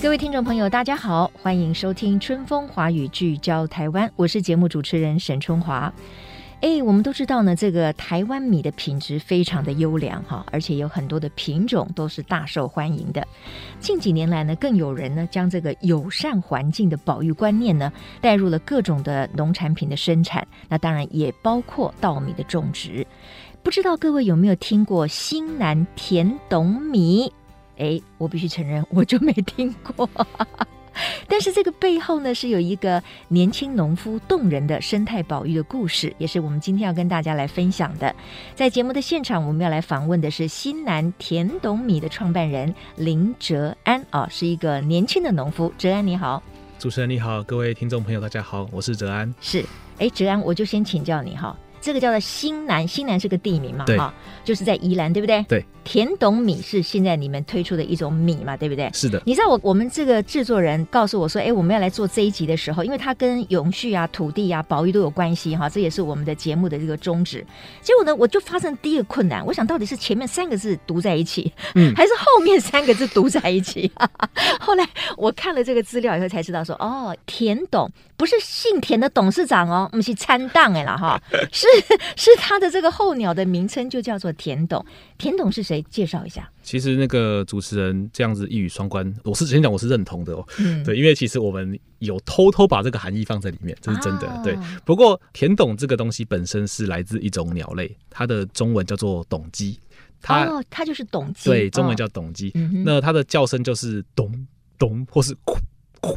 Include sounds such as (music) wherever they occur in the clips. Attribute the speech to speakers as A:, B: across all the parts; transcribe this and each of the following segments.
A: 各位听众朋友，大家好，欢迎收听《春风华语》，聚焦台湾，我是节目主持人沈春华。哎，我们都知道呢，这个台湾米的品质非常的优良哈，而且有很多的品种都是大受欢迎的。近几年来呢，更有人呢将这个友善环境的保育观念呢带入了各种的农产品的生产，那当然也包括稻米的种植。不知道各位有没有听过新南甜董米？哎，我必须承认， (laughs) 我就没听过。 (laughs) 但是这个背后呢，是有一个年轻农夫动人的生态保育的故事，也是我们今天要跟大家来分享的。在节目的现场，我们要来访问的是新南甜董米的创办人林哲安啊、是一个年轻的农夫。哲安你好，
B: 主持人你好，各位听众朋友大家好，我是哲安。
A: 是哎，哲安，我就先请教你哈。这个叫做新南，新南是个地名嘛，
B: 对
A: 哈，就是在宜兰，对不对？
B: 对，
A: 甜董米是现在你们推出的一种米嘛，对不对？
B: 是的，
A: 你知道我我们这个制作人告诉我说，哎，我们要来做这一集的时候，因为它跟永续啊、土地啊、保育都有关系哈，这也是我们的节目的这个宗旨。结果呢，我就发生第一个困难，我想到底是前面三个字读在一起，
B: 嗯
A: 还是后面三个字读在一起？ (laughs) 后来我看了这个资料以后才知道说，哦，田董不是姓田的董事长哦，我们是参当哎了哈， (laughs) 是是他的这个候鸟的名称就叫做田董。田董是谁？介绍一下。
B: 其实那个主持人这样子一语双关，我是先讲我是认同的哦。
A: 嗯，
B: 对，因为其实我们有偷偷把这个含义放在里面，这是真的。
A: 啊
B: 对，不过甜董这个东西本身是来自一种鸟类，它的中文叫做董鸡，它、
A: 哦，他就是董鸡，
B: 对中文
A: 哦
B: 叫董鸡。
A: 嗯哼
B: 那它的叫声就是咚咚，或是哭哭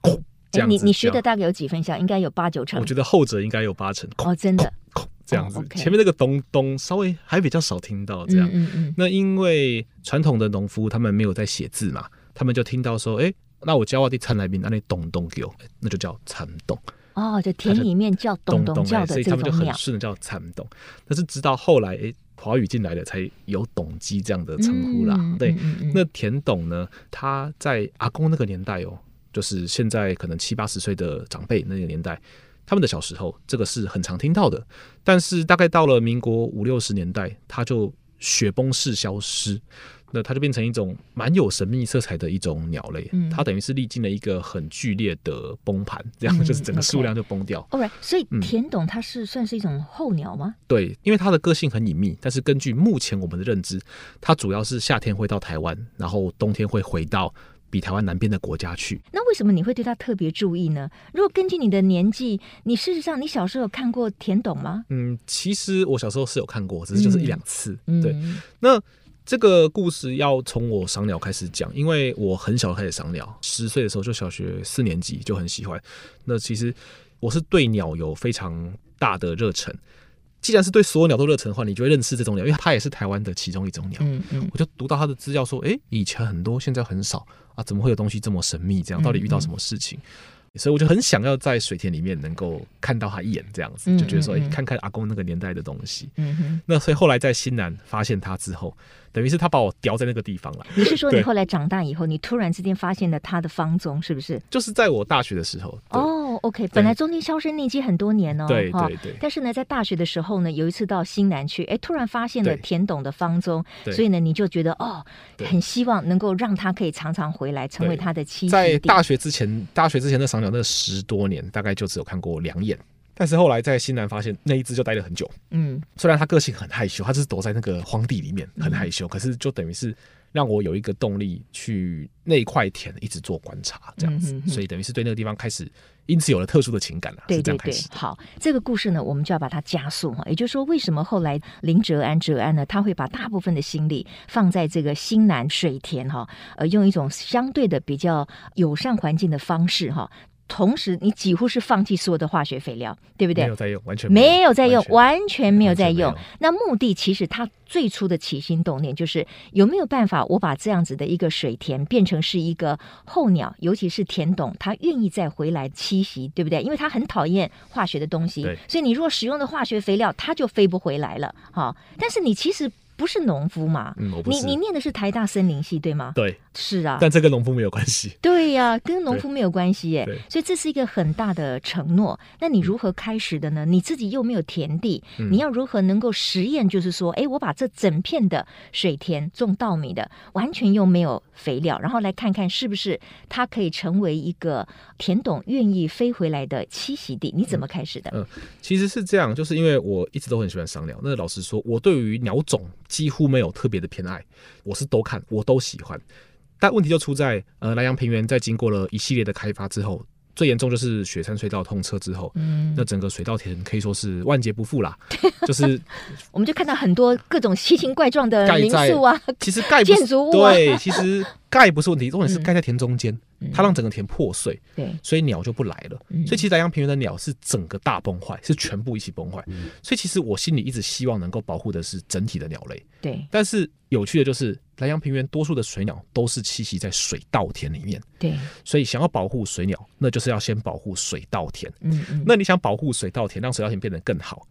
B: 哭
A: 哎
B: 这样
A: 你
B: 子。
A: 你学的大概有几分像？应该有八九成。
B: 我觉得后者应该有八成。
A: 哦，真的，
B: 空这样子。
A: 哦，OK
B: 前面那个咚咚稍微还比较少听到这样。
A: 嗯嗯
B: 那因为传统的农夫他们没有在写字嘛，他们就听到说，哎、那我教我的餐来宾，那你咚咚给我，那就叫蚕咚
A: 嗯，哦，就田里面叫咚咚
B: 哎
A: 叫
B: 所
A: 的
B: 以他
A: 这
B: 们就
A: 种
B: 很
A: 鸟，
B: 顺的叫蚕咚。但是直到后来，哎、华语进来了，才有董鸡这样的称呼啦。
A: 嗯
B: 对，，
A: 嗯嗯嗯
B: 那田董呢，他在阿公那个年代哦，就是现在可能七八十岁的长辈那个年代，他们的小时候这个是很常听到的。但是大概到了民国五六十年代，它就雪崩式消失，那它就变成一种蛮有神秘色彩的一种鸟类。
A: 嗯
B: 它等于是历经了一个很剧烈的崩盘，这样
A: 嗯
B: 就是整个数量就崩掉。
A: All right，所以
B: 嗯
A: 田董它是算是一种候鸟吗？
B: 对，因为它的个性很隐秘，但是根据目前我们的认知，它主要是夏天会到台湾，然后冬天会回到比台湾南边的国家去。
A: 那为什么你会对它特别注意呢？如果根据你的年纪，你事实上你小时候有看过田董吗？
B: 嗯，其实我小时候是有看过，只是就是一两次。
A: 嗯，
B: 对，那这个故事要从我赏鸟开始讲，因为我很小开始赏鸟，十岁的时候就小学四年级就很喜欢。那其实我是对鸟有非常大的热忱。既然是对所有鸟都热忱的话，你就会认识这种鸟，因为它也是台湾的其中一种鸟。
A: 嗯嗯
B: 我就读到他的资料说，诶，以前很多，现在很少啊，怎么会有东西这么神秘？这
A: 嗯
B: 样到底遇到什么事情？所以我就很想要在水田里面能够看到他一眼，这样子
A: 嗯
B: 就觉得说，
A: 嗯
B: 诶，
A: 嗯
B: 看看阿公那个年代的东西。
A: 嗯哼，
B: 那所以后来在新南发现他之后，等于是他把我叼在那个地方了。
A: 你是说你
B: 对
A: 后来长大以后，你突然之间发现了它的芳踪，是不是？
B: 就是在我大学的时候，对、
A: 哦，OK，本来中间销声匿迹很多年哦，
B: 对
A: 哈
B: 对对
A: 但是呢，在大学的时候呢，有一次到新南去，哎，突然发现了
B: 对
A: 田董的方宗，
B: 对
A: 所以呢，你就觉得哦，
B: 对
A: 很希望能够让他可以常常回来，成为
B: 对
A: 他的栖息
B: 在
A: 地。
B: 大学之前，大学之前那赏鸟那十多年，大概就只有看过两眼。但是后来在新南发现那一只就待了很久，
A: 嗯，
B: 虽然他个性很害羞，他就是躲在那个荒地里面很害
A: 嗯
B: 羞，可是就等于是让我有一个动力去那块田一直做观察这样子，
A: 嗯哼哼
B: 所以等于是对那个地方开始，因此有了特殊的情感啦，
A: 对
B: 是
A: 对
B: 这样开
A: 对
B: 始，的。
A: 好，这个故事呢，我们就要把它加速哈，也就是说，为什么后来林哲安哲安呢，他会把大部分的心力放在这个新南水田哈，呃，用一种相对的比较友善环境的方式哈。同时你几乎是放弃所有的化学肥料，对不
B: 没
A: 对
B: 有？在用，完全
A: 没有在用，
B: 完
A: 完全没有在用
B: 完全没。
A: 那目的其实它最初的起心动念就是有没有办法，我把这样子的一个水田变成是一个候鸟，尤其是田董，它愿意再回来栖息，对不对？因为它很讨厌化学的东西
B: 对，
A: 所以你如果使用的化学肥料，它就飞不回来了。哈、但是你其实不是农夫嘛，
B: 全没有嗯，我不
A: 你
B: 是
A: 你念的是台大森林系对吗？
B: 对，
A: 是啊，
B: 但这跟农夫没有关系。
A: 对呀、跟农
B: 对
A: 夫没有关系耶
B: 对，嗯
A: 所以这是一个很大的承诺。那你如何开始的呢？你自己又没有田地，你要如何能够实验？就是说，哎，我把这整片的水田种稻米的，完全又没有肥料，然后来看看是不是它可以成为一个田董愿意飞回来的栖息地？
B: 嗯
A: 你怎么开始的？
B: 其实是这样，就是因为我一直都很喜欢赏鸟。那老实说，我对于鸟种几乎没有特别的偏爱，我是都看，我都喜欢。但问题就出在，呃，南洋平原在经过了一系列的开发之后，最严重就是雪山隧道通车之后，
A: 嗯
B: 那整个水稻田可以说是万劫不
A: (laughs)
B: 复啦。就是
A: 我们就看到很多各种奇形怪状的
B: 盖
A: 民
B: 在
A: 宿
B: (laughs)
A: 啊，
B: 其实盖不是
A: 建筑物啊嗯
B: 对，其实盖不是问题，重点是盖在田中间，它让整个田破碎。
A: 对，
B: 所以鸟就不来了。
A: 嗯
B: 所以其实南洋平原的鸟是整个大崩坏，是全部一起崩坏。
A: 嗯
B: 所以其实我心里一直希望能够保护的是整体的鸟类。
A: 对，
B: 但是有趣的就是，南洋平原多数的水鸟都是栖息在水稻田里面，
A: 对，
B: 所以想要保护水鸟，那就是要先保护水稻田。
A: 嗯嗯，
B: 那你想保护水稻田，让水稻田变得更好，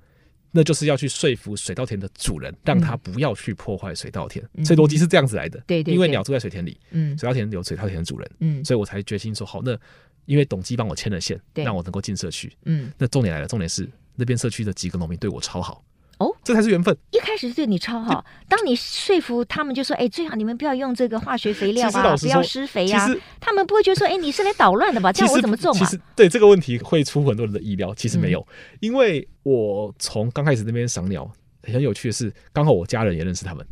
B: 那就是要去说服水稻田的主人，让他不要去破坏水稻田。所以逻辑是这样子来的。
A: 嗯对对
B: 因为
A: 对
B: 鸟住在水田里，
A: 嗯
B: 水稻田有水稻田的主人，
A: 嗯
B: 所以我才决心说好，那因为董记帮我牵了线，
A: 对
B: 让我能够进社区。
A: 嗯，
B: 那重点来了，重点是那边社区的几个农民对我超好
A: 哦，
B: 这才是缘分。
A: 一开始对你超好，当你说服他们就说：“哎，最好你们不要用这个化学肥料
B: 其实老
A: 啊，
B: 实
A: 不
B: 说
A: 要施肥啊
B: 其实。”
A: 他们不会觉得说：“哎，你是来捣乱的吧？这
B: 其
A: 样我
B: 实
A: 怎么种
B: 其
A: 啊
B: 实对这个问题会出乎很多人的意料，其实没有，
A: 嗯
B: 因为我从刚开始那边赏鸟，很有趣的是，刚好我家人也认识他们。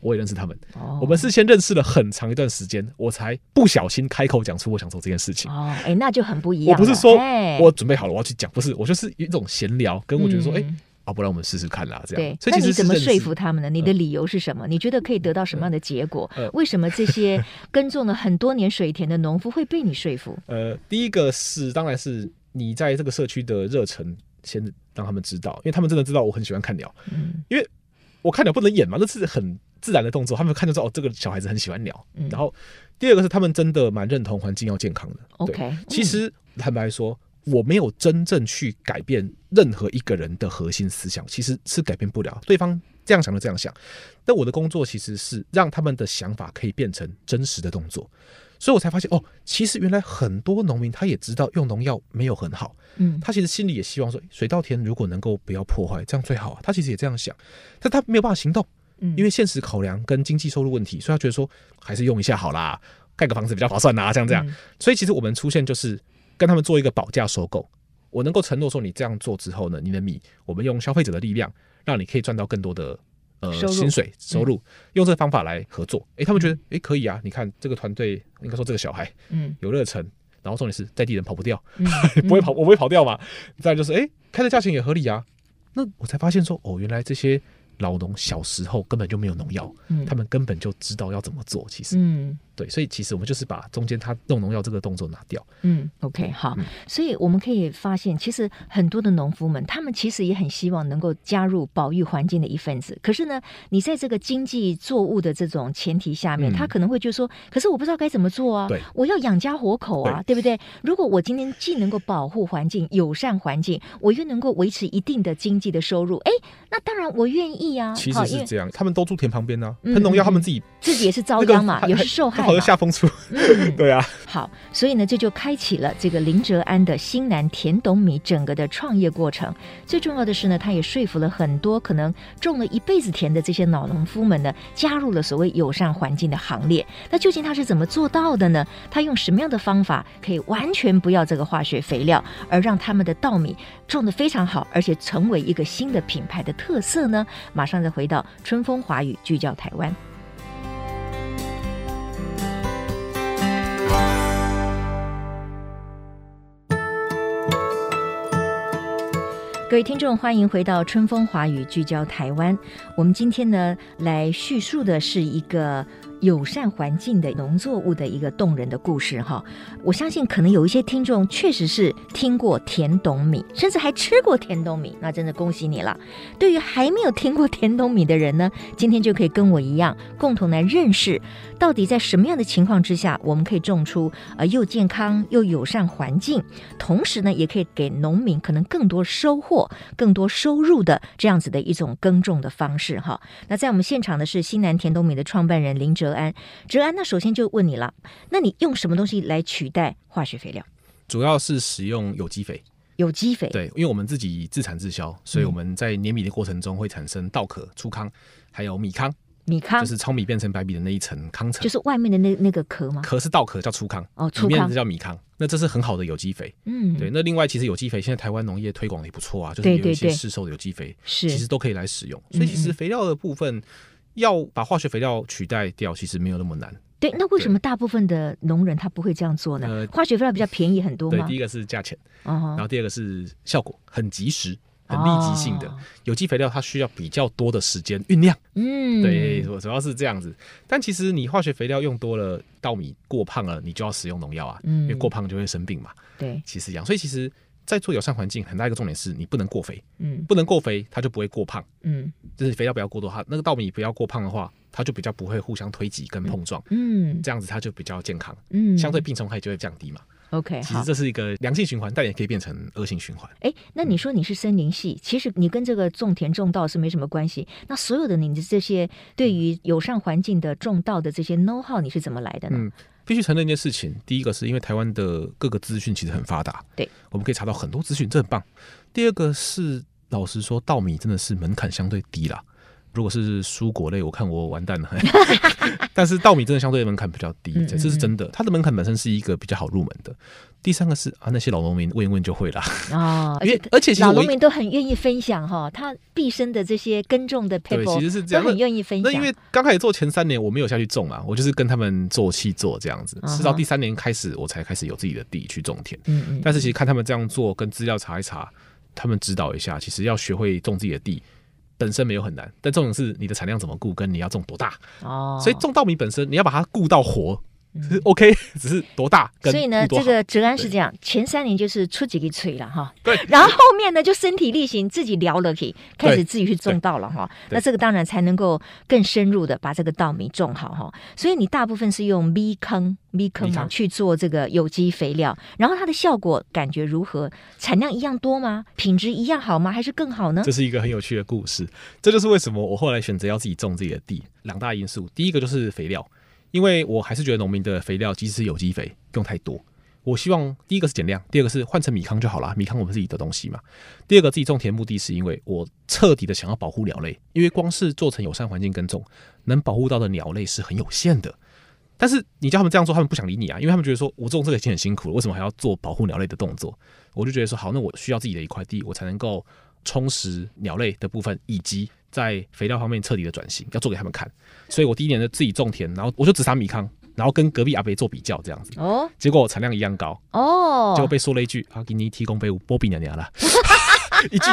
B: 我也认识他们，？”
A: 哦
B: 我们是先认识了很长一段时间，我才不小心开口讲出我想做这件事情。
A: 哦，哎，那就很不一
B: 我
A: 样了。
B: 不是说
A: 哎
B: 我准备好了我要去讲，不是，我就是一种闲聊，跟我觉得说，
A: 嗯
B: 哎、啊，不然我们试试看啦，这
A: 对。，
B: 样所
A: 那
B: 以其实
A: 你
B: 是
A: 怎么
B: 认识嗯
A: 说服他们呢？你的理由是什么？你觉得可以得到什么样的结果？为什么这些耕种了很多年水田的农夫会被你说服？
B: 呃，第一个是当然是你在这个社区的热忱，先让他们知道，因为他们真的知道我很喜欢看鸟，
A: 嗯
B: 因为我看鸟不能演嘛，那是很自然的动作，他们看就知道哦，这个小孩子很喜欢鸟。
A: 嗯
B: 然后第二个是他们真的蛮认同环境要健康的。对
A: OK，嗯
B: 其实坦白说。我没有真正去改变任何一个人的核心思想，其实是改变不了。对方这样想就这样想，那我的工作其实是让他们的想法可以变成真实的动作，所以我才发现哦，其实原来很多农民他也知道用农药没有很好，
A: 嗯
B: 他其实心里也希望说，诶水稻田如果能够不要破坏，这样最好啊。他其实也这样想，但他没有办法行动，
A: 嗯
B: 因为现实考量跟经济收入问题，所以他觉得说还是用一下好啦，盖个房子比较划算啊啦，这样这样。
A: 嗯
B: 所以其实我们出现就是跟他们做一个保价收购，我能够承诺说你这样做之后呢，你的米我们用消费者的力量，让你可以赚到更多的。呃，
A: 收入嗯
B: 薪水收入、用这个方法来合作，诶，他们觉得诶可以啊！你看这个团队，应该说这个小孩
A: 嗯
B: 有热忱，然后重点是在地人跑不掉，
A: 嗯
B: 不会跑，我不会跑掉嘛。再来就是，哎、开的价钱也合理啊。那我才发现说，哦，原来这些老农小时候根本就没有农药，
A: 嗯
B: (laughs) 他们根本就知道要怎么做。其实，
A: 嗯。
B: 对，所以其实我们就是把中间他用农药这个动作拿掉。
A: 嗯，OK，好，所以我们可以发现，其实很多的农夫们，他们其实也很希望能够加入保育环境的一份子。可是呢，你在这个经济作物的这种前提下面，
B: 嗯
A: 他可能会就说：“可是我不知道该怎么做啊
B: 对，
A: 我要养家活口啊，对不对？如果我今天既能够保护环境、友善环境，我又能够维持一定的经济的收入，哎，那当然我愿意啊。
B: 其
A: 好
B: 实
A: 因
B: 是
A: 为
B: 这样，他们都住田旁边呢、
A: 嗯
B: 喷农药他们自己
A: 自己也是遭
B: (laughs) 那个
A: 殃嘛，
B: 还
A: 也是受害嗯
B: 好
A: 嘛
B: 像。下风处。 (laughs) 对啊，
A: 好，所以呢，这就开启了这个林哲安的新南甜董米整个的创业过程。最重要的是呢，他也说服了很多可能种了一辈子田的这些老农夫们呢，加入了所谓友善环境的行列。那究竟他是怎么做到的呢？他用什么样的方法可以完全不要这个化学肥料，而让他们的稻米种得非常好，而且成为一个新的品牌的特色呢？马上再回到春风华语聚焦台湾。各位听众，欢迎回到春风华语，聚焦台湾。我们今天呢，来叙述的是一个友善环境的农作物的一个动人的故事哈。我相信可能有一些听众确实是听过甜冬米，甚至还吃过甜冬米，那真的恭喜你了。对于还没有听过甜冬米的人呢，今天就可以跟我一样，共同来认识到底在什么样的情况之下，我们可以种出呃又健康又友善环境，同时呢，也可以给农民可能更多收获、更多收入的这样子的一种耕种的方式哈。那在我们现场的是新南甜冬米的创办人林哲安，哲安，那首先就问你了，那你用什么东西来取代化学肥料？
B: 主要是使用有机肥。
A: 有机肥，
B: 对，因为我们自己自产自销，所
A: 嗯
B: 以我们在碾米的过程中会产生稻壳、粗糠，还有米糠，
A: 米糠
B: 就，是糙米变成白米的那一层糠层
A: 就。是外面的那那个壳吗？
B: 壳是稻壳，叫粗糠，
A: 啊哦粗
B: 里面
A: 糠
B: 的叫米糠。那这是很好的有机肥。
A: 嗯，
B: 对，，那另外其实有机肥现在台湾农业推广的也不错啊，就是
A: 对
B: 有一
A: 对
B: 些
A: 对
B: 市售的有机肥，
A: 是，
B: 其实都可以来使用。所以其
A: 嗯
B: 实
A: 嗯
B: 肥料的部分要把化学肥料取代掉，其实没有那么难。
A: 对，那为什
B: 对
A: 么大部分的农人他不会这样做呢？
B: 呃
A: 化学肥料比较便宜很多
B: 对，
A: 吗
B: 第？一个是价钱，然
A: 哦
B: 后第二个是效果，很及时。很立即性的、
A: 哦
B: 有机肥料，它需要比较多的时间酝酿，
A: 嗯，
B: 对，，主主要是这样子。但其实你化学肥料用多了，稻米过胖了，你就要使用农药啊，
A: 嗯
B: 因为过胖就会生病嘛。
A: 对，
B: 其实一样。所以其实，在做友善环境，很大一个重点是你不能过肥，
A: 嗯
B: 不能过肥，它就不会过胖。
A: 嗯
B: 就是肥料不要过多，它那个稻米不要过胖的话，它就比较不会互相推挤跟碰撞，
A: 嗯
B: 这样子它就比较健康，
A: 嗯，
B: 相对病虫害就会降低嘛。
A: OK
B: 其实
A: 好。
B: 这是一个良性循环，但也可以变成恶性循环。
A: 哎，那
B: 嗯
A: 你说你是森林系，其实你跟这个种田种稻是没什么关系。那所有的你的这些
B: 嗯
A: 对于友善环境的种稻的这些 know how，你是怎么来的呢？
B: 嗯必须承认一件事情，第一个是因为台湾的各个资讯其实很发达，
A: 对，
B: 我们可以查到很多资讯，这很棒。第二个是，老实说，稻米真的是门槛相对低啦。如果是蔬果类，我看我完
A: (laughs)
B: 蛋了。但是稻米真的相对门槛比较低，
A: 嗯嗯
B: 这是真的。它的门槛本身是一个比较好入门的。第三个是啊，那些老农民问一问就会啦。
A: 哦，而
B: 因为
A: 且
B: 而且其实
A: 老
B: 我
A: 农
B: 一
A: 民都很愿意分享哈、他毕生的这些耕种的 p a
B: 对
A: p e r
B: 其实是
A: 都
B: 这样。
A: 很愿意分
B: 那
A: 享。
B: 因为刚开始做前三年我没有下去种啊，我就是跟他们做气做这样子，
A: 嗯哼
B: 是到第三年开始我才开始有自己的地去种田。
A: 嗯嗯，
B: 但是其实看他们这样做，跟资料查一查，他们指导一下，其实要学会种自己的地，本身没有很难，但重点是你的产量怎么顾，跟你要种多大。
A: 哦，嗯
B: 所以种稻米本身，你要把它顾到活、是 OK，只是多大跟
A: 所以呢，
B: 顾多
A: 这
B: 好
A: 个哲安是
B: 对
A: 这样，前三年就是出几个锤了哈，
B: 对，
A: 然后后面呢就身体力行，自己聊了可以，开始自己去种稻了哈。
B: 对
A: 那这个当然才能够更深入的把这个稻米种好哈。所以你大部分是用米糠、米糠
B: 米
A: 嘛
B: 糠
A: 去做这个有机肥料，然后它的效果感觉如何？产量一样多吗？品质一样好吗？还是更好呢
B: 这？是一个很有趣的故事。这就是为什么我后来选择要自己种自己的地。两大因素，第一个就是肥料，因为我还是觉得农民的肥料，即使是有机肥，用太多。我希望第一个是减量，第二个是换成米糠就好啦。米糠我们自己的东西嘛。第二个自己种田的目的是因为我彻底的想要保护鸟类，因为光是做成友善环境耕种，能保护到的鸟类是很有限的。但是你叫他们这样做，他们不想理你啊，因为他们觉得说我种这个已经很辛苦了，为什么还要做保护鸟类的动作？我就觉得说，好，那我需要自己的一块地，我才能够充实鸟类的部分，以及在肥料方面彻底的转型，要做给他们看。所以我第一年的自己种田，然后我就只撒米糠，然后跟隔壁阿伯做比较这样子，
A: 哦
B: 结果产量一样高，结果
A: 哦，
B: 被说了一句：“啊，给你提供杯波比娘娘啦。”一句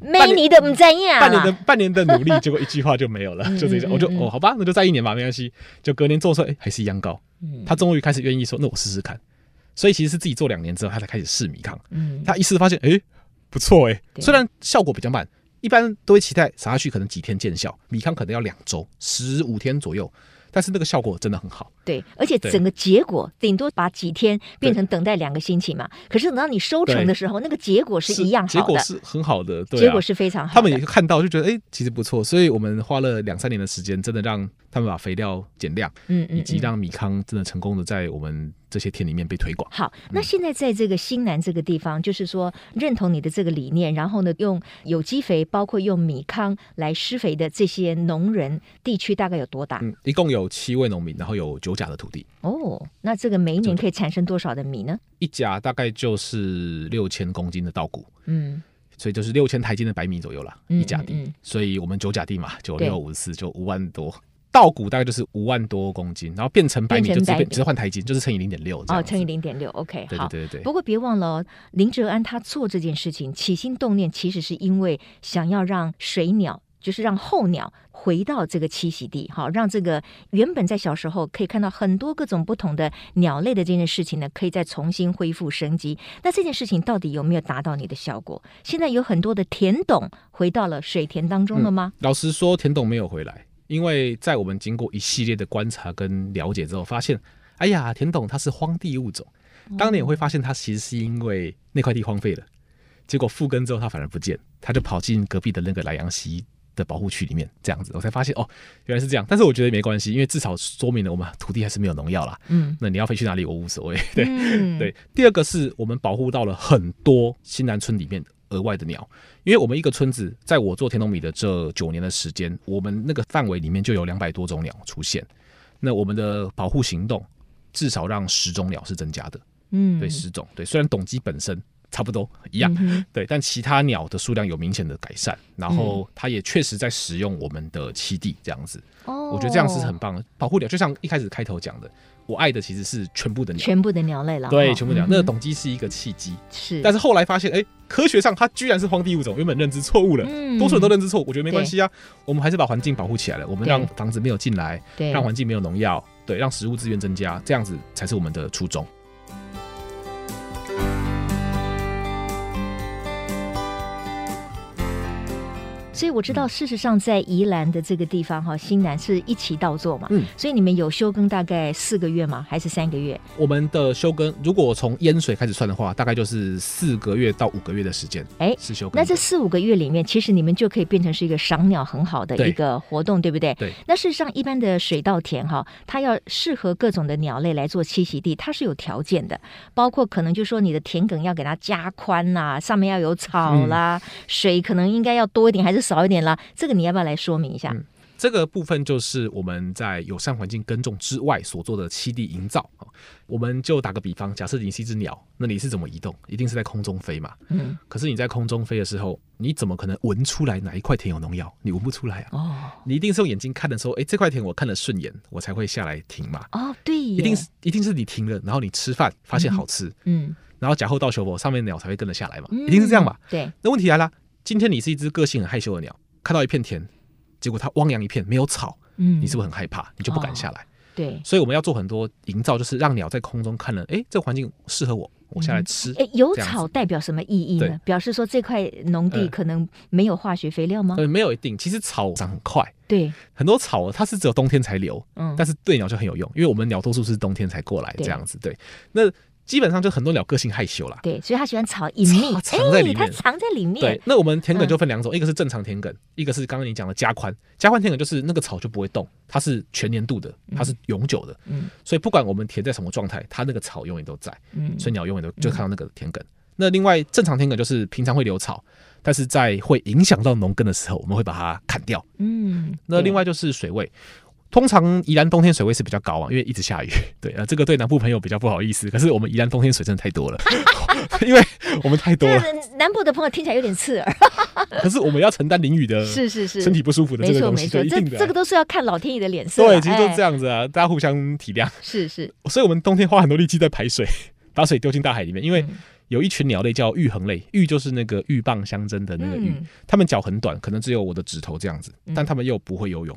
A: 没你的唔啊怎样
B: 半
A: (laughs)
B: 年的
A: 啦，
B: 半年的努力，结果一句话就没
A: (laughs)
B: 有了，就这
A: 嗯
B: 种，
A: 嗯
B: 我就
A: 嗯
B: 哦，好吧，那就再一年吧，没关系。就隔年做出来，哎，还是一样高。
A: 嗯
B: 他终于开始愿意说，那我试试看。所以其实是自己做两年之后，他才开始试米糠。
A: 嗯，
B: 他一试发现，哎，不错哎，
A: 对
B: 虽然效果比较慢，一般都会期待撒下去可能几天见效，米糠可能要两周，十五天左右，但是那个效果真的很好。
A: 对，而且
B: 对
A: 整个结果顶多把几天变成等待两个星期嘛。可是等到你收成
B: 对
A: 的时候，那个结果是一样
B: 结
A: 好
B: 果
A: 的，
B: 是很好的，对、啊，
A: 结果是非常好的。
B: 他们也看到，就觉得哎、诶其实不错，所以我们花了两三年的时间，真的让他们把肥料减量，
A: 嗯
B: 以及让米糠真的成功的在我们这些田里面被推广。
A: 好，那现在在这个新南这个地方，就是说认同你的这个理念，然后呢，用有机肥，包括用米糠来施肥的这些农人地区，大概有多大？
B: 嗯，一共有七位农民，然后有九甲的土地，
A: 哦，那这个每一年可以产生多少的米呢？
B: 一甲大概就是六千公斤的稻谷，
A: 嗯，
B: 所以就是六千台斤的白米左右啦，
A: 嗯
B: 一甲地。
A: 嗯嗯
B: 所以我们九甲地嘛，九
A: 对
B: 六五四就五万多。稻谷大概就是五万多公斤，然后变成白米
A: 变成
B: 就直接
A: 白米
B: 变直接换台斤，就是乘以零点六
A: 哦，乘以。零点六，OK，
B: 对
A: 好
B: 对。对对对
A: 不。过别忘了哦，林哲安他做这件事情起心动念，其实是因为想要让水鸟。就是让候鸟回到这个栖息地，哈，让这个原本在小时候可以看到很多各种不同的鸟类的这件事情呢，可以再重新恢复生机。那这件事情到底有没有达到你的效果？现在有很多的田董回到了水田当中了吗？
B: 老实说，田董没有回来，因为在我们经过一系列的观察跟了解之后，发现，哎呀，田董它是荒地物种，当年我会发现它其实是因为那块地荒废了，结果复耕之后它反而不见，它就跑进隔壁的那个莱阳溪。的保护区里面，这样子我才发现哦，原来是这样。但是我觉得没关系，因为至少说明了我们土地还是没有农药啦。
A: 嗯，
B: 那你要飞去哪里我无所谓。对、
A: 嗯
B: 对。第二个是我们保护到了很多新南村里面额外的鸟，因为我们一个村子，在我做田农米的这九年的时间，我们那个范围里面就有两百多种鸟出现。那我们的保护行动至少让十种鸟是增加的，
A: 嗯，
B: 对，十种。对，虽然董鸡本身差不多一
A: 嗯，
B: 样
A: 哼
B: 对，但其他鸟的数量有明显的改善，然
A: 嗯
B: 后它也确实在使用我们的栖地这样子，
A: 哦，
B: 我觉得这样是很棒的。保护鸟就像一开始开头讲的，我爱的其实是全部的鸟，
A: 全部的鸟类了，
B: 对，
A: 哈
B: 全部鸟。
A: 嗯哼
B: 那个董鸡是一个契机，
A: 是，
B: 但是后来发现，哎、科学上它居然是荒地物种，原本认知错误了。
A: 嗯
B: 多数人都认知错，误，我觉得没关系啊，我们还是把环境保护起来了，我们
A: 对
B: 让房子没有进来，
A: 对
B: 让环境没有农药，对，让食物资源增加，这样子才是我们的初衷。
A: 所以我知
B: 嗯
A: 道，事实上在宜兰的这个地方哈，新南是一起稻作嘛，
B: 嗯
A: 所以你们有休耕大概四个月吗？还是三个月？
B: 我们的休耕，如果从淹水开始算的话，大概就是四个月到五个月的时间，
A: 哎
B: 是休耕的。
A: 那这四五个月里面，其实你们就可以变成是一个赏鸟很好的
B: 对
A: 一个活动，对不对？
B: 对
A: 那事实上，一般的水稻田哈，它要适合各种的鸟类来做栖息地，它是有条件的，包括可能就说你的田埂要给它加宽啦、上面要有草啦，
B: 嗯
A: 水可能应该要多一点还是少一点啦，这个你要不要来说明一下？
B: 嗯这个部分就是我们在友善环境耕种之外所做的栖地营造哦我们就打个比方，假设你是一只鸟，那你是怎么移动？一定是在空中飞嘛。
A: 嗯，
B: 可是你在空中飞的时候，你怎么可能闻出来哪一块田有农药？你闻不出来啊！
A: 哦
B: 你一定是用眼睛看的时候，哎，这块田我看了顺眼，我才会下来停嘛。
A: 哦，对耶，
B: 一定是一定是你停了，然后你吃饭发现好吃，
A: 嗯，
B: 然后假后到求佛，上面的鸟才会跟着下来嘛，
A: 嗯
B: 一定是这样吧？
A: 对，
B: 那问题来了，今天你是一只个性很害羞的鸟，看到一片田，结果它汪洋一片没有草，
A: 嗯，哦
B: 你是不是很害怕？你就不敢下来。
A: 对。
B: 所以我们要做很多营造，就是让鸟在空中看了，哎、这环境适合我，我下来吃。
A: 哎，有
B: 这样子
A: 草代表什么意义呢
B: 对？
A: 表示说这块农地
B: 嗯
A: 可能没有化学肥料吗？
B: 呃，没有一定，其实草长很快，
A: 对，
B: 很多草它是只有冬天才留，
A: 嗯，
B: 但是对鸟就很有用，因为我们鸟多数是冬天才过来
A: 对
B: 这样子。对，那基本上就很多鸟个性害羞啦。
A: 对，所以他喜欢草隐秘，
B: 草藏在里面
A: 哎它藏在里面。
B: 对，，那我们田埂
A: 嗯
B: 就分两种，一个是正常田埂，一个是刚刚你讲的加宽。加宽田埂就是那个草就不会动，它是全年度的，它是永久的，
A: 嗯
B: 所以不管我们田在什么状态，它那个草永远都在，
A: 嗯，
B: 所以鸟永远都就看到那个田埂。那另外正常田埂就是平常会留草，但是在会影响到农耕的时候，我们会把它砍掉。
A: 嗯，
B: 那
A: 对
B: 另外就是水位。通常宜兰冬天水位是比较高啊，因为一直下雨。 (laughs) 对啊，呃这个对南部朋友比较不好意思。可是我们宜兰冬天水真的太多了， (laughs) 因为我们太多
A: 这
B: 了。
A: 个南部的朋友听起来有点刺耳，
B: 可是我们要承担淋雨的
A: 是是是，
B: 呃身体不舒服的
A: 没
B: 这个
A: 错
B: 东
A: 没
B: 西，
A: 错，
B: 对，一
A: 这
B: 定的啊、
A: 这个都是要看老天爷的脸色啦。
B: 对，其实就
A: 哎
B: 这样子啊，大家互相体谅。 (laughs)
A: 是是，
B: 所以我们冬天花很多力气在排水，把水丢进大海里面，因为
A: 嗯
B: 有一群鸟类叫鹬鸻类，鹬就是那个鹬蚌相争的那个鹬，
A: 嗯
B: 它们脚很短，可能只有我的指头这样子，嗯但它们又不会游泳，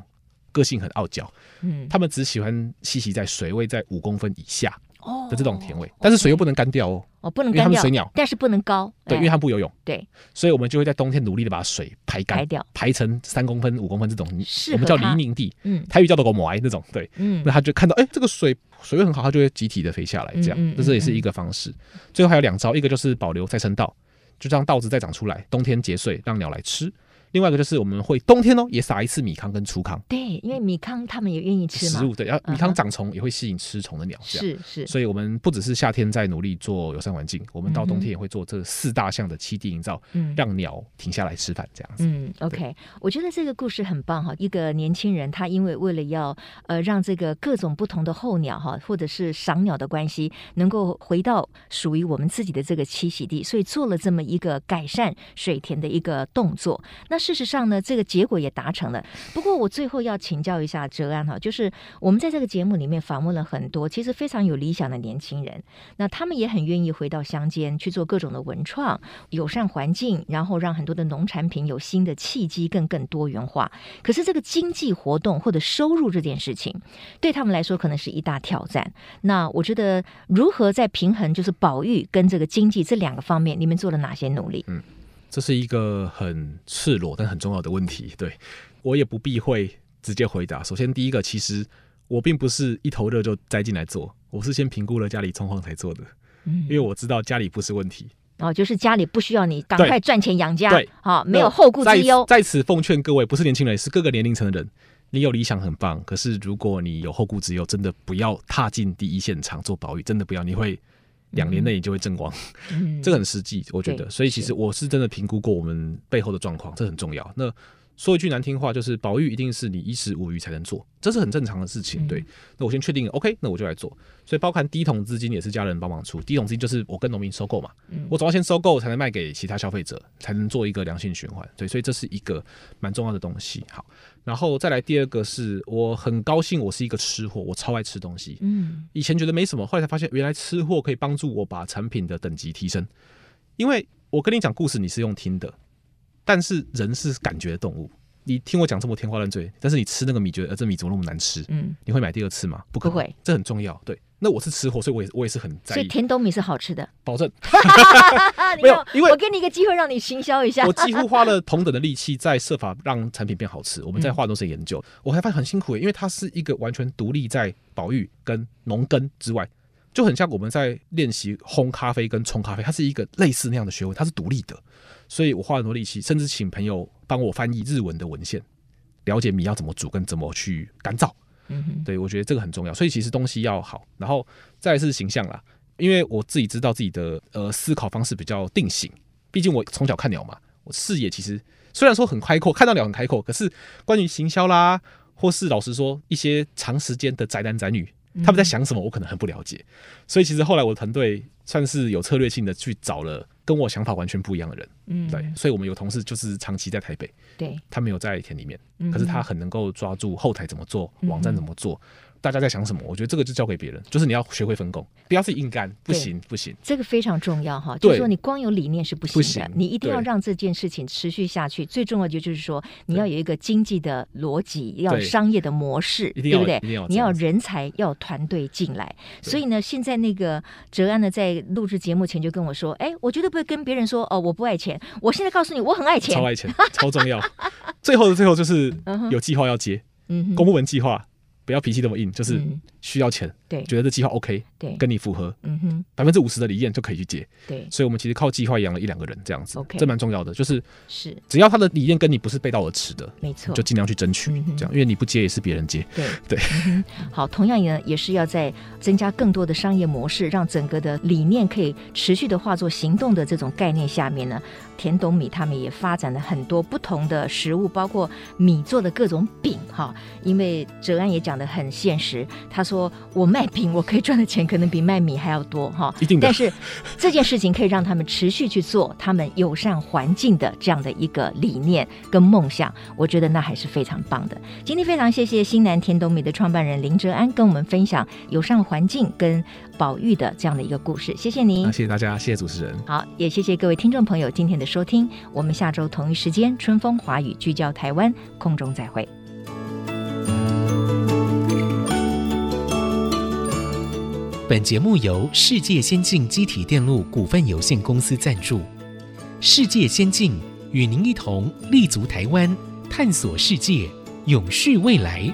B: 个性很傲娇，
A: 嗯，
B: 它们只喜欢栖息在水位在五公分以下
A: 哦
B: 的这种田位，但是水又不能干掉哦，
A: 哦不能
B: 因为它
A: 干
B: 们
A: 掉
B: 水鸟，
A: 但是不能高，
B: 对，
A: 哎
B: 因为它们不游泳，
A: 对，
B: 所以我们就会在冬天努力的把水排干
A: 排掉
B: 排成三公分、五公分这种，
A: 适合
B: 我们叫
A: 它
B: 泥泞地，
A: 嗯
B: 台语叫做狗母癌那种，对，
A: 嗯
B: 那他就看到，哎、这个水水位很好，他就会集体的飞下来，这样，
A: 嗯嗯嗯
B: 那这也是一个方式。最后还有两招，一个就是保留再生稻，就让稻子再长出来，冬天结穗让鸟来吃；另外一个就是我们会冬天哦也撒一次米糠跟粗糠
A: 对，因为米糠他们也愿意吃嘛
B: 食，物，对，然后
A: 嗯
B: 米糠长虫也会吸引吃虫的鸟，这样。
A: 是是，
B: 所以，我们不只是夏天在努力做友善环境，我们
A: 嗯
B: 到
A: 哼
B: 冬天也会做这四大项的栖地营造，
A: 嗯
B: 让鸟停下来吃饭，这样子。
A: 嗯，OK，我觉得这个故事很棒哈。一个年轻人，他因为为了要呃让这个各种不同的候鸟哈，或者是赏鸟的关系，能够回到属于我们自己的这个栖息地，所以做了这么一个改善水田的一个动作。那那事实上呢，这个结果也达成了。不过我最后要请教一下哲安哈，就是我们在这个节目里面访问了很多其实非常有理想的年轻人，那他们也很愿意回到乡间去做各种的文创，友善环境，然后让很多的农产品有新的契机，更更多元化。可是这个经济活动或者收入这件事情，对他们来说可能是一大挑战。那我觉得如何在平衡就是保育跟这个经济这两个方面，你们做了哪些努力？
B: 嗯这是一个很赤裸但很重要的问题。 (laughs) 对我也不避讳直接回答。首先，第一个，其实我并不是一头热就栽进来做，我是先评估了家里状况才做的，
A: 嗯
B: 因为我知道家里不是问题。
A: 哦，就是家里不需要你赶
B: 对
A: 快赚钱养家，
B: 对
A: 好、没有后顾之忧。
B: 在。在此奉劝各位，不是年轻人，是各个年龄层的人。你有理想很棒，可是如果你有后顾之忧，真的不要踏进第一现场做保育，真的不要，你会两年内你就会阵亡。
A: 嗯
B: 这个很实际，我觉得。
A: 对
B: 所以其实
A: 是
B: 我是真的评估过我们背后的状况，这很重要。那说一句难听话，就是保育一定是你衣食无余才能做，这是很正常的事情。
A: 嗯
B: 对，那我先确定了，OK，那我就来做。所以包含第一桶资金也是家人帮忙出，第一桶资金就是我跟农民收购嘛，
A: 嗯
B: 我总要先收购才能卖给其他消费者，才能做一个良性循环。对，所以这是一个蛮重要的东西。好，然后再来第二个是我很高兴，我是一个吃货，我超爱吃东西。
A: 嗯
B: 以前觉得没什么，后来才发现原来吃货可以帮助我把产品的等级提升。因为我跟你讲故事，你是用听的，但是人是感觉的动物。你听我讲这么天花乱坠，但是你吃那个米，觉得、呃、这米怎么那么难吃？
A: 嗯，
B: 你会买第二次吗？不可能
A: 不会，
B: 这很重要。对，那我是吃货，所以我也我也是很在
A: 所以
B: 意，
A: 甜豆米是好吃的。
B: 保证
A: 啊， (laughs) 你
B: 没有
A: 看
B: 因为
A: 我给你一个机会让你行销一下
B: 我。几乎花了同等的力气在设法让产品变好吃。我们在花很多时间研究，我还发现很辛苦耶，因为它是一个完全独立在保育跟农耕之外，就很像我们在练习烘咖啡跟冲咖啡，它是一个类似那样的学问，它是独立的。所以我花很多力气，甚至请朋友帮我翻译日文的文献，了解米要怎么煮跟怎么去干燥。
A: 嗯哼
B: 对，我觉得这个很重要。所以其实东西要好，然后再来是形象啦，因为我自己知道自己的呃思考方式比较定型，毕竟我从小看鸟嘛，我视野其实虽然说很开阔，看到鸟很开阔，可是关于行销啦，或是老实说一些长时间的宅男宅女。他们在想什么，我可能很不了解，所以其实后来我的团队算是有策略性的去找了跟我想法完全不一样的人，
A: 嗯
B: 对，所以我们有同事就是长期在台北，
A: 对，
B: 他没有在田里面，
A: 嗯
B: 可是他很能够抓住后台怎么做，网站怎么做，大家在想什么，我觉得这个就交给别人，就是你要学会分工，不要自己硬干，不
A: 对
B: 行不行，
A: 这个非常重要哈，就是
B: 对
A: 说你光有理念是不行
B: 不
A: 的，
B: 行
A: 你一定要
B: 对
A: 让这件事情持续下去。最重要的就是说，你要有一个经济的逻辑，要有
B: 对
A: 商业的模式，
B: 一
A: 对
B: 定要
A: 不对
B: 一定要？
A: 你
B: 这
A: 要
B: 样子
A: 人才，要有团队进来。
B: 对
A: 所以呢，现在那个哲安呢，在录制节目前就跟我说：“哎，我绝对不会跟别人说哦，我不爱钱。我现在告诉你，我很爱钱
B: 超。爱钱，超重要。最后的最后就是有计划要接，”
A: 嗯
B: 公
A: 哼，
B: 部门计划不要脾气那么硬，就是
A: 嗯
B: 需要钱，
A: 对
B: 觉得这计划 OK，
A: 对
B: 跟你符合
A: 嗯哼，
B: 百分之五十的理念就可以去接。
A: 对，
B: 所以我们其实靠计划养了一两个人这样子
A: OK
B: 这蛮重要的，就是
A: 是
B: 只要他的理念跟你不是背道而驰的。
A: 没错
B: 就。尽量去争取
A: 嗯，哼
B: 这样，因为你不接也是别人接。
A: 对
B: 对
A: 嗯哼 (laughs) 好，同样呢，也是要在增加更多的商业模式，让整个的理念可以持续的化作行动的这种概念下面呢，田董米他们也发展了很多不同的食物，包括米做的各种饼哈。因为哲安也讲得很现实，他说我卖饼，我可以赚的钱可能比卖米还要多哈。
B: 一定的
A: 但是这件事情可以让他们持续去做他们友善环境的这样的一个理念跟梦想，我觉得那还是非常棒的。今天非常谢谢新南天东米的创办人林哲安跟我们分享友善环境跟保育的这样的一个故事，谢谢您。
B: 啊那谢谢大家，谢谢主持人。
A: 好，也谢谢各位听众朋友今天的收听，我们下周同一时间春风华语聚焦台湾空中再会。
C: 本节目由世界先进机体电路股份有限公司赞助。世界先进与您一同立足台湾，探索世界，永续未来。